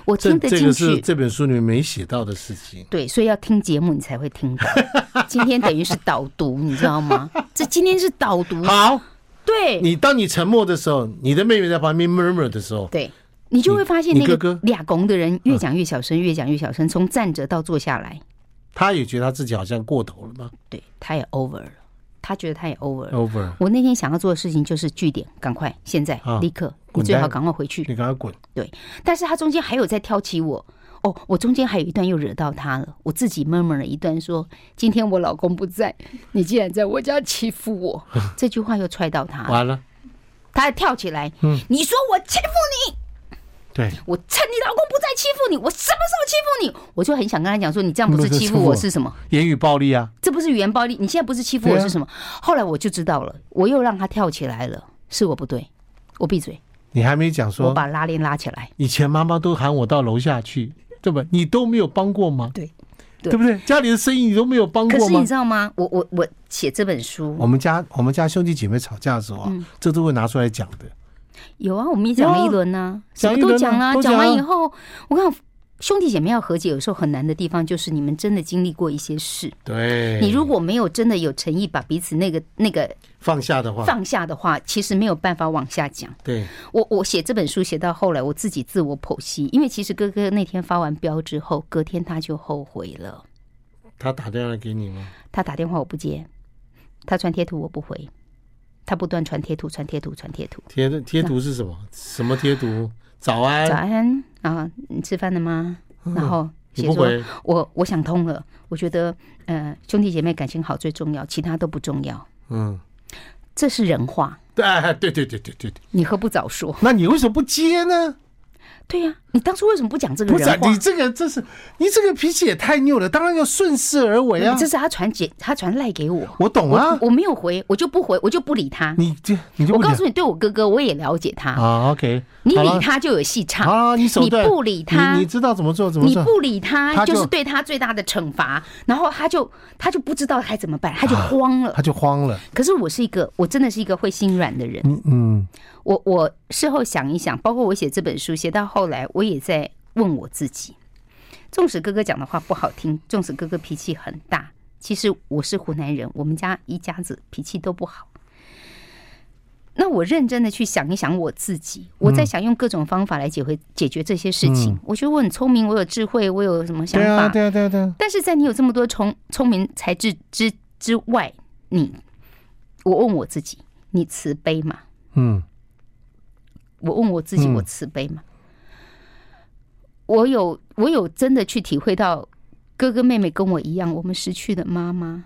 S2: 我
S1: 这
S2: 听得
S1: 这
S2: 进
S1: 个是
S2: 去。
S1: 这本书里面没写到的事情。
S2: 对，所以要听节目你才会 听到。今天等于是导读，你知道吗？这今天是导读，
S1: 好，
S2: 对，
S1: 你当你沉默的时候，你的妹妹在旁边 murmur 的时候，
S2: 对，你就会发现
S1: 你
S2: 那
S1: 哥哥
S2: 个
S1: 嗯
S2: 俩拱的人越讲越小声，越讲越小声，从站着到坐下来，
S1: 她也觉得她自己好像过头了吗
S2: 对，他也 over 了，他觉得他也 over 了。
S1: ？Over，
S2: 我那天想要做的事情就是据点，赶快，现在
S1: 啊，
S2: 立刻，你
S1: 滚
S2: 最好
S1: 蛋
S2: 赶快回去。
S1: 你赶快滚！
S2: 但是他中间还有在挑起我，哦，我中间还有一段又惹到他了，我自己闷闷了一段说，今天我老公不在，你竟然在我家欺负我，这句话又踹到他了，
S1: 完了，
S2: 他还跳起来，
S1: 嗯
S2: 你说我欺负你，
S1: 对，
S2: 我趁你老公不在欺负你，我什么时候欺负你？我就很想跟他讲说，你这样不是欺负我是什么？
S1: 言语暴力啊，
S2: 这不是语言暴力，你现在不是欺负我
S1: 对啊
S2: 是什么？后来我就知道了，我又让他跳起来了，是我不对，我闭嘴，
S1: 你还没讲
S2: 我
S1: 说，
S2: 把拉链拉起来。
S1: 以前妈妈都喊我到楼下去，对吧？你都没有帮过吗？
S2: 对，对
S1: 对不对？家里的生意你都没有帮
S2: 可
S1: 过
S2: 是你
S1: 吗哦
S2: 知？道吗？我我我写这本书
S1: 我们家我们家兄弟姐妹吵架的时候
S2: 嗯
S1: 啊，这都会拿出来讲的。
S2: 有啊，我们也讲了一轮呐、什
S1: 讲
S2: 么
S1: 一轮啊
S2: 都讲啦、
S1: 都
S2: 讲
S1: 讲啊
S2: 完以后，我看兄弟姐妹要和解，有时候很难的地方就是你们真的经历过一些事，
S1: 对，
S2: 你如果没有真的有诚意把彼此那个那个
S1: 放下的话，
S2: 放下的话，其实没有办法往下讲。
S1: 对，
S2: 我我写这本书写到后来，我自己自我剖析，因为其实哥哥那天发完飙之后，隔天他就后悔了。
S1: 他打电话给你吗？
S2: 他打电话我不接，他传贴图我不回，他不断传贴图，传贴图，传贴图。
S1: 贴贴图是什么？什么贴图？早安，
S2: 早安啊，你吃饭了吗？然后
S1: 嗯你
S2: 写
S1: 不
S2: 说，
S1: 回，
S2: 我我想通了，我觉得呃兄弟姐妹感情好最重要，其他都不重要，
S1: 嗯，
S2: 这是人话，
S1: 对，哎对对对对对对。
S2: 你何不早说？
S1: 那你为什么不接呢？
S2: 对呀、你当初为什么不讲这个
S1: 不是啊
S2: 人话
S1: 你？这个，这是你这个脾气也太拗了，当然要顺势而为啊
S2: 这。是他传简，他传赖给我。
S1: 我懂啊
S2: 我，我没有回，我就不回，我就不理他。
S1: 你这你就
S2: 我
S1: 不
S2: 告
S1: 讲
S2: 诉你，对我哥哥我也了解他，
S1: 啊，OK，
S2: 你
S1: 好
S2: 理
S1: 了
S2: 他就有戏唱，
S1: 好了，你手
S2: 你
S1: 段
S2: 不理他
S1: 你你知道怎么做怎么
S2: 你
S1: 做？
S2: 不理他
S1: 他
S2: 就
S1: 就是
S2: 对他最大的惩罚。然后他就他就不知道该怎么办，他就
S1: 啊
S2: 慌了。
S1: 他就慌了。
S2: 可是我是一个，我真的是一个会心软的人。
S1: 嗯嗯，
S2: 我我事后想一想，包括我写这本书，写到后来，我也在问我自己：纵使哥哥讲的话不好听，纵使哥哥脾气很大，其实我是湖南人，我们家一家子脾气都不好。那我认真的去想一想我自己，我
S1: 嗯
S2: 在想用各种方法来解决解决这些事情。我觉得我很聪明，我有智慧，我有什么想
S1: 对
S2: 法？
S1: 啊，对啊，对啊，对啊，
S2: 但是在你有这么多聪聪明才智之之外，你，我问我自己，你慈悲吗？
S1: 嗯，
S2: 我问我自己，
S1: 嗯
S2: 我慈悲吗？我有，我有真的去体会到哥哥妹妹跟我一样，我们失去了妈妈。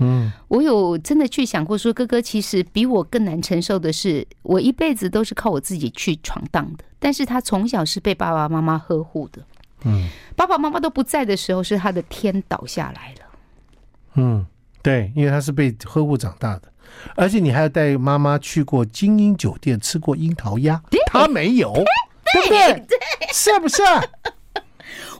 S1: 嗯，
S2: 我有真的去想过说，哥哥其实比我更难承受的是，我一辈子都是靠我自己去闯荡的，但是他从小是被爸爸妈妈呵护的。
S1: 嗯，
S2: 爸爸妈妈都不在的时候，是他的天倒下来了。
S1: 嗯，对，因为他是被呵护长大的，而且你还要带妈妈去过精英酒店吃过樱桃鸭，他没有，对不对？是不是啊？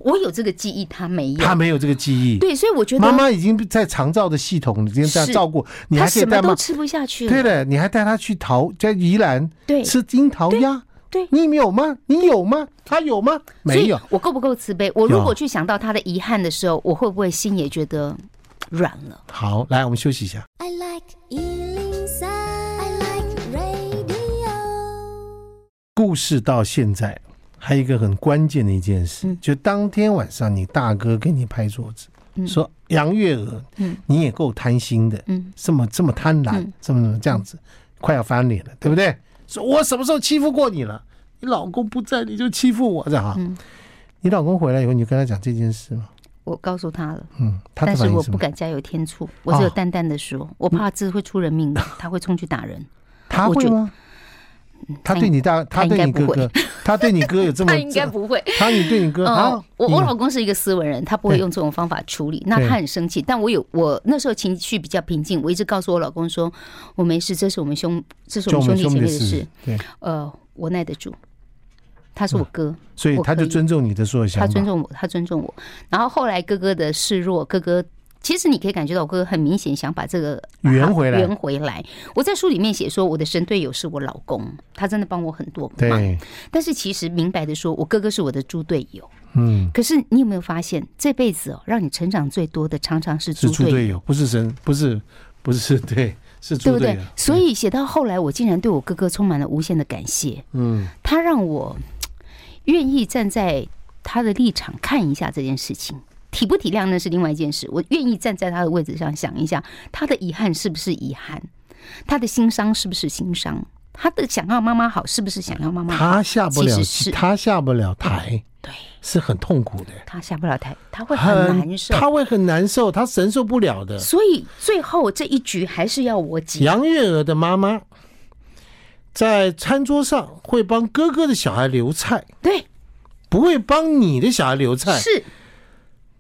S2: 我有这个记忆，他没有。
S1: 他没有这个记忆。
S2: 对，所以我觉得
S1: 妈妈已经在长照的系统已经这样
S2: 是
S1: 照顾，你
S2: 他
S1: 还可以
S2: 什么
S1: 带
S2: 都
S1: 妈。
S2: 吃不下去了。
S1: 对的，你还带她去桃，在宜兰
S2: 对
S1: 吃樱桃鸭，
S2: 对
S1: 你没有吗？你有吗？她有吗？
S2: 所
S1: 没
S2: 以
S1: 有。
S2: 我够不够慈悲？我如
S1: 有
S2: 果去想到他的遗憾的时候，我会不会心也觉得软了？
S1: 好，来我们休息一下。
S3: I like Ealing Sound. I like radio.
S1: 故事到现在，还有一个很关键的一件事，就当天晚上你大哥给你拍桌子，说杨月娥，你也够贪心的，
S2: 嗯
S1: 这么这么贪婪，这么怎么这样子，快要翻脸了，对不对？说我什么时候欺负过你了？你老公不在，你就欺负我，这样啊？你老公回来以后，你就跟他讲这件事吗？
S2: 我告诉他了，
S1: 嗯，他的反
S2: 但是
S1: 应
S2: 我
S1: 是什
S2: 不
S1: 么？
S2: 敢加油添醋，我只有
S1: 哦
S2: 淡淡的说，我怕这会出人 命的，他会冲去打人。
S1: 他
S2: 我
S1: 会
S2: 觉
S1: 吗？他对你大，他
S2: 他应
S1: 对
S2: 该
S1: 你哥
S2: 不会
S1: 哥，他对你哥有这么，
S2: 他应该不会。
S1: 他你对你哥啊
S2: 嗯，，我
S1: 你
S2: 我老公是一个斯文人，他不会
S1: 对
S2: 用这种方法处理。那
S1: 对
S2: 他很生气，但我有我那时候情绪比较平静，我一直告诉我老公说，我没事，这是我们兄，这是
S1: 就
S2: 我
S1: 我
S2: 们
S1: 们
S2: 兄弟
S1: 兄
S2: 姐
S1: 弟的
S2: 妹的事
S1: 事。，嗯对。
S2: 呃，我耐得住，他是我哥，
S1: 所以
S2: 我
S1: 他
S2: 可
S1: 就
S2: 以
S1: 尊重你的所有想
S2: 他
S1: 法，
S2: 尊重我，他尊重我。然后后来哥哥的示弱，哥哥其实你可以感觉到，我哥哥很明显想把这个
S1: 圆回来
S2: 圆回来。我在书里面写说，我的神队友是我老公，他真的帮我很多忙。
S1: 对，
S2: 但是其实明白的说，我哥哥是我的猪队友。
S1: 嗯，
S2: 可是你有没有发现，这辈子哦，让你成长最多的常常是
S1: 是
S2: 猪
S1: 猪
S2: 队友，
S1: 队友，不是神，不是不是 对，是
S2: 对
S1: 猪
S2: 不
S1: 队
S2: 对
S1: 友。？
S2: 所以写到后来，我竟然对我哥哥充满了无限的感谢。
S1: 嗯，
S2: 他让我愿意站在他的立场看一下这件事情，体不体谅那是另外一件事。我愿意站在他的位置上想一下，他的遗憾是不是遗憾，他的心伤是不是心伤，他的想要妈妈好是不是想要妈妈好？
S1: 他下不了
S2: 其实，是
S1: 他下不了台，
S2: 对
S1: 是很痛苦的，
S2: 他下不了台，他会很难受。
S1: 他会很难受，他承受不了的。
S2: 所以最后这一局还是要我解。
S1: 杨月娥的妈妈在餐桌上会帮哥哥的小孩留菜，
S2: 对，
S1: 不会帮你的小孩留菜。
S2: 是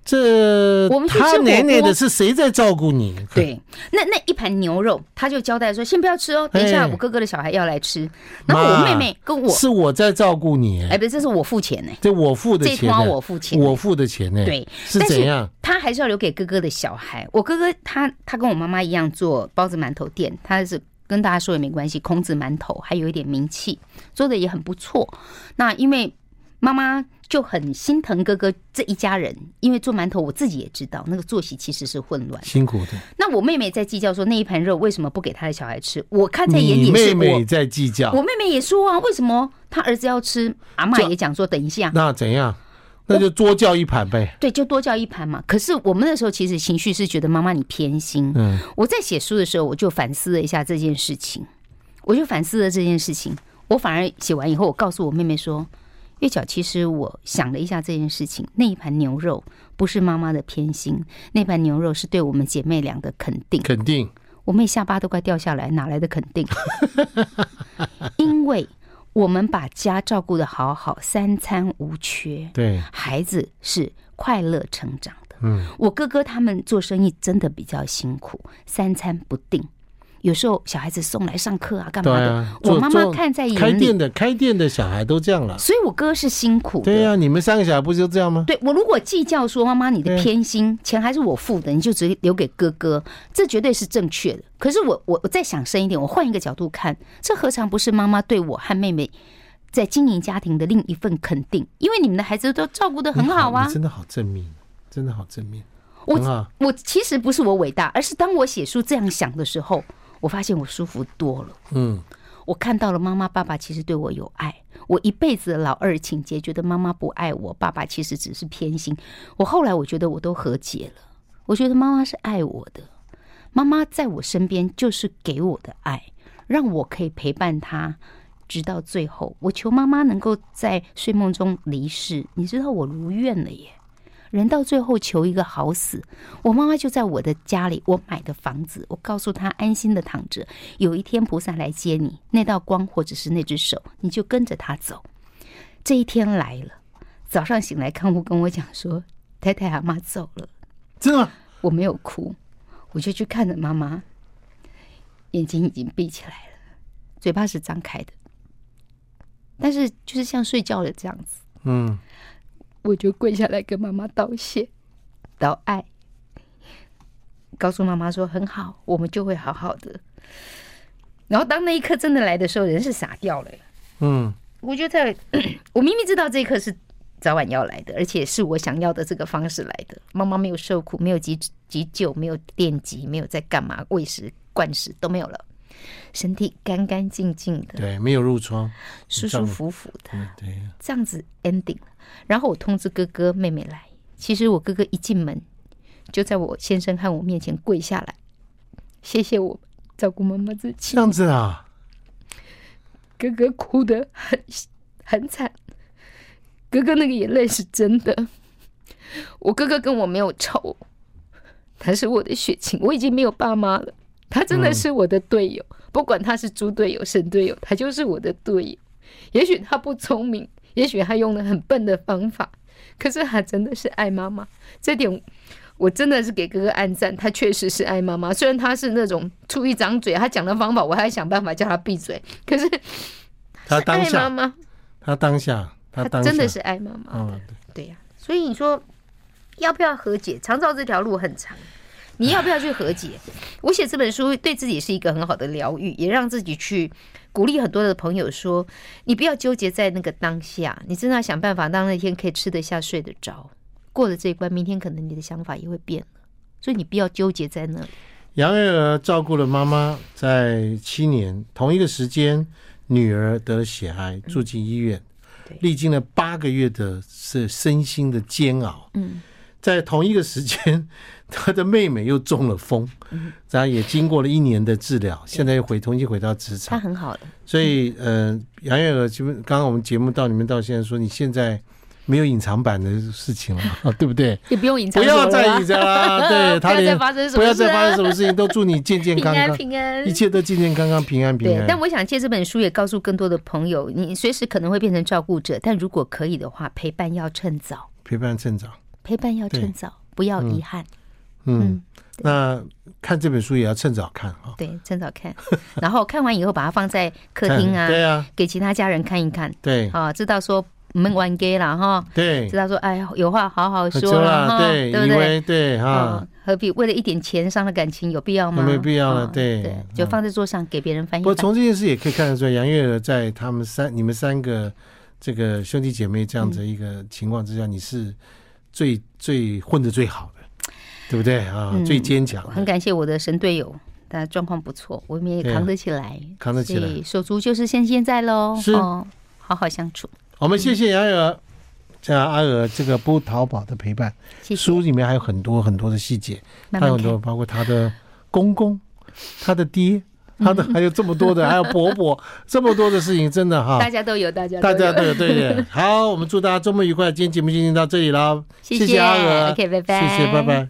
S1: 这
S2: 我们去吃
S1: 他
S2: 火
S1: 奶奶
S2: 锅
S1: 的是谁在照顾你？，
S2: 对。那那一盘牛肉，他就交代说，先不要吃哦，等一下
S1: 哎
S2: 我哥哥的小孩要来吃，然后我妹妹跟我，
S1: 是我在照顾你。
S2: 哎，不是，这是我付钱呢、
S1: 这我付的
S2: 这
S1: 钱
S2: 趟
S1: 呢，
S2: 我付钱
S1: 我付的钱呢，
S2: 对，
S1: 是
S2: 但
S1: 怎样？
S2: 他还是要留给哥哥的小孩。我哥哥他他跟我妈妈一样做包子馒头店，他是跟大家说也没关系，孔子馒头还有一点名气，做的也很不错。那因为妈妈就很心疼哥哥这一家人，因为做馒头我自己也知道那个作息其实是混乱。
S1: 辛苦的，
S2: 那我妹妹在计较说那一盘肉为什么不给她的小孩吃，我看在眼里
S1: 你
S2: 是我。
S1: 妹妹在计较
S2: 我，妹妹也说啊，为什么她儿子要吃？阿妈
S1: 这
S2: 也讲说，等一下，
S1: 那怎样？那就多叫一盘呗。
S2: 对，就多叫一盘嘛。可是我们那时候其实情绪是觉得妈妈你偏心。
S1: 嗯，
S2: 我在写书的时候，我就反思了一下这件事情，我就反思了这件事情。我反而写完以后，我告诉我妹妹说：“月角，其实我想了一下这件事情，那一盘牛肉不是妈妈的偏心，那盘牛肉是对我们姐妹俩的肯定。”
S1: 肯定
S2: 我妹下巴都快掉下来，哪来的肯定？ 因为我们把家照顾的好好，三餐无缺，
S1: 对，
S2: 孩子是快乐成长的。嗯，我哥哥他们做生意真的比较辛苦，三餐不定，有时候小孩子送来上课啊，干
S1: 对
S2: 嘛的？
S1: 啊。
S2: 我
S1: 做
S2: 妈妈
S1: 做
S2: 看在
S1: 开
S2: 眼
S1: 店
S2: 里，
S1: 的开店的小孩都这样了，
S2: 所以我哥是辛苦的。
S1: 对啊呀，你们三个小孩不就这样吗？
S2: 对我如果计较说妈妈你的
S1: 对
S2: 偏心，钱还是我付的，你就只留给哥哥，这绝对是正确的。可是我我我再想深一点，我换一个角度看，这何尝不是妈妈对我和妹妹在经营家庭的另一份肯定？因为你们的孩子都照顾的很
S1: 你
S2: 好啊
S1: 哎你。真的好正面，真的好正面，
S2: 我
S1: 很好。
S2: 我其实不是我伟大，而是当我写书这样想的时候，我发现我舒服多了。
S1: 嗯，
S2: 我看到了妈妈、爸爸其实对我有爱。我一辈子的老二情节，觉得妈妈不爱我，爸爸其实只是偏心。我后来我觉得我都和解了，我觉得妈妈是爱我的，妈妈在我身边就是给我的爱，让我可以陪伴她。直到最后，我求妈妈能够在睡梦中离世，你知道我如愿了耶。人到最后求一个好死，我妈妈就在我的家里，我买的房子，我告诉她安心的躺着，有一天菩萨来接你，那道光或者是那只手，你就跟着他走。这一天来了，早上醒来，看护跟我讲说，太太阿妈走了，
S1: 真的吗？
S2: 我没有哭，我就去看着妈妈，眼睛已经闭起来了，嘴巴是张开的，但是就是像睡觉了这样子。
S1: 嗯，
S2: 我就跪下来跟妈妈道谢、道爱，告诉妈妈说很好，我们就会好好的。然后当那一刻真的来的时候，人是傻掉了。
S1: 嗯，
S2: 我觉得 我明明知道这一刻是早晚要来的，而且是我想要的这个方式来的。妈妈没有受苦，没有急急救，没有电击，没有在干嘛喂食、灌食都没有了，身体干干净净的，
S1: 对，没有褥疮，
S2: 舒舒服服的，
S1: 嗯，对，
S2: 这样子 ending 了。然后我通知哥哥妹妹来，其实我哥哥一进门就在我先生和我面前跪下来，谢谢我照顾妈妈之情
S1: 这。样子啊，
S2: 哥哥哭得很很惨，哥哥那个眼泪是真的。我哥哥跟我没有仇，他是我的血亲，我已经没有爸妈了。他真的是我的队友，不管他是猪队友、神队友，他就是我的队友。也许他不聪明，也许他用了很笨的方法，可是他真的是爱妈妈，这点我真的是给哥哥暗赞，他确实是爱妈妈。虽然他是那种出一张嘴，他讲的方法，我还要想办法叫他闭嘴，可是
S1: 他
S2: 爱
S1: 当
S2: 哎妈
S1: 下，
S2: 妈，
S1: 他当下，他
S2: 他
S1: 当下
S2: 真的是爱妈妈的，
S1: 嗯，对
S2: 对呀、所以你说要不要和解？长照这条路很长，你要不要去 和解？我写这本书对自己是一个很好的疗愈，也让自己去鼓励很多的朋友说，你不要纠结在那个当下，你真的要想办法让那天可以吃得下、睡得着。过了这一关，明天可能你的想法也会 变了，所以你不要纠结在那里。
S1: 杨月娥照顾了妈妈，在七年同一个时间，女儿得了血癌，住进医院
S2: 对，
S1: 历经了八个月的是身心的煎熬。
S2: 嗯，
S1: 在同一个时间，她的妹妹又中了风，
S2: 嗯
S1: 然后也经过了一年的治疗，现在又回重新回到职
S2: 他
S1: 场。
S2: 很好了，
S1: 所以，呃，杨月娥，基本刚刚我们节目到你们到现在说，你现在没有隐藏版的事情 了，啊对不对？
S2: 也不用隐藏
S1: 不
S2: 什么
S1: 要
S2: 了
S1: 再
S2: 啊
S1: 隐藏了，对他
S2: 不要再
S1: 连
S2: 发生什么事啊
S1: 不要再发生什么事情，都祝你健健
S2: 平
S1: 康
S2: 安
S1: 康，
S2: 平安
S1: 一。切都健健康康、平安平
S2: 对
S1: 安，。
S2: 但我想借这本书也告诉更多的朋友，你随时可能会变成照顾者，但如果可以的话，陪伴要趁早，
S1: 陪伴成长，
S2: 陪伴要趁早，不要遗憾。
S1: 嗯，那看这本书也要趁早看啊，
S2: 对，趁早看，然后看完以后把它放在客厅
S1: 看
S2: 啊，
S1: 对啊，
S2: 给其他家人看一看
S1: 对
S2: 啊，知道说我们玩 gay 了哈，
S1: 对
S2: 知，道说哎有话好好
S1: 很
S2: 说了哈，
S1: 对，
S2: 对不
S1: 以
S2: 对？
S1: 为对哈
S2: 嗯，，何必为了一点钱伤了感情，有必要吗？
S1: 没必要了
S2: 啊
S1: 对嗯
S2: 对，就放在桌上给别人翻
S1: 不
S2: 译
S1: 过
S2: 翻。
S1: 从这件事也可以看得出来，杨月娥在他们三、你们三个这个兄弟姐妹这样子一个情况之下，你是最最混的最好的，对不对啊？
S2: 嗯
S1: 最坚强的，
S2: 很感谢我的神队友，大家状况不错，我们也扛得起来，
S1: 啊扛得起来
S2: 所以手足就是现现在喽，
S1: 是
S2: 哦，好好相处，
S1: 我们谢谢杨月娥，这样阿娥这个不淘宝的陪伴，
S2: 谢谢，
S1: 书里面还有很多很多的细节，
S2: 慢
S1: 还
S2: 慢
S1: 有很
S2: 看
S1: 多。包括她的公公、她的爹、
S2: 嗯
S1: 她的还有这么多 的，还有伯伯，这么多的事情，真的哈
S2: 大，家都有，大家都
S1: 大
S2: 有，
S1: 家都有对的。好，我们祝大家周末愉快，今天节目进行到这里了，
S2: 谢
S1: 谢阿娥，
S2: ，OK，拜拜，
S1: 谢谢，拜拜。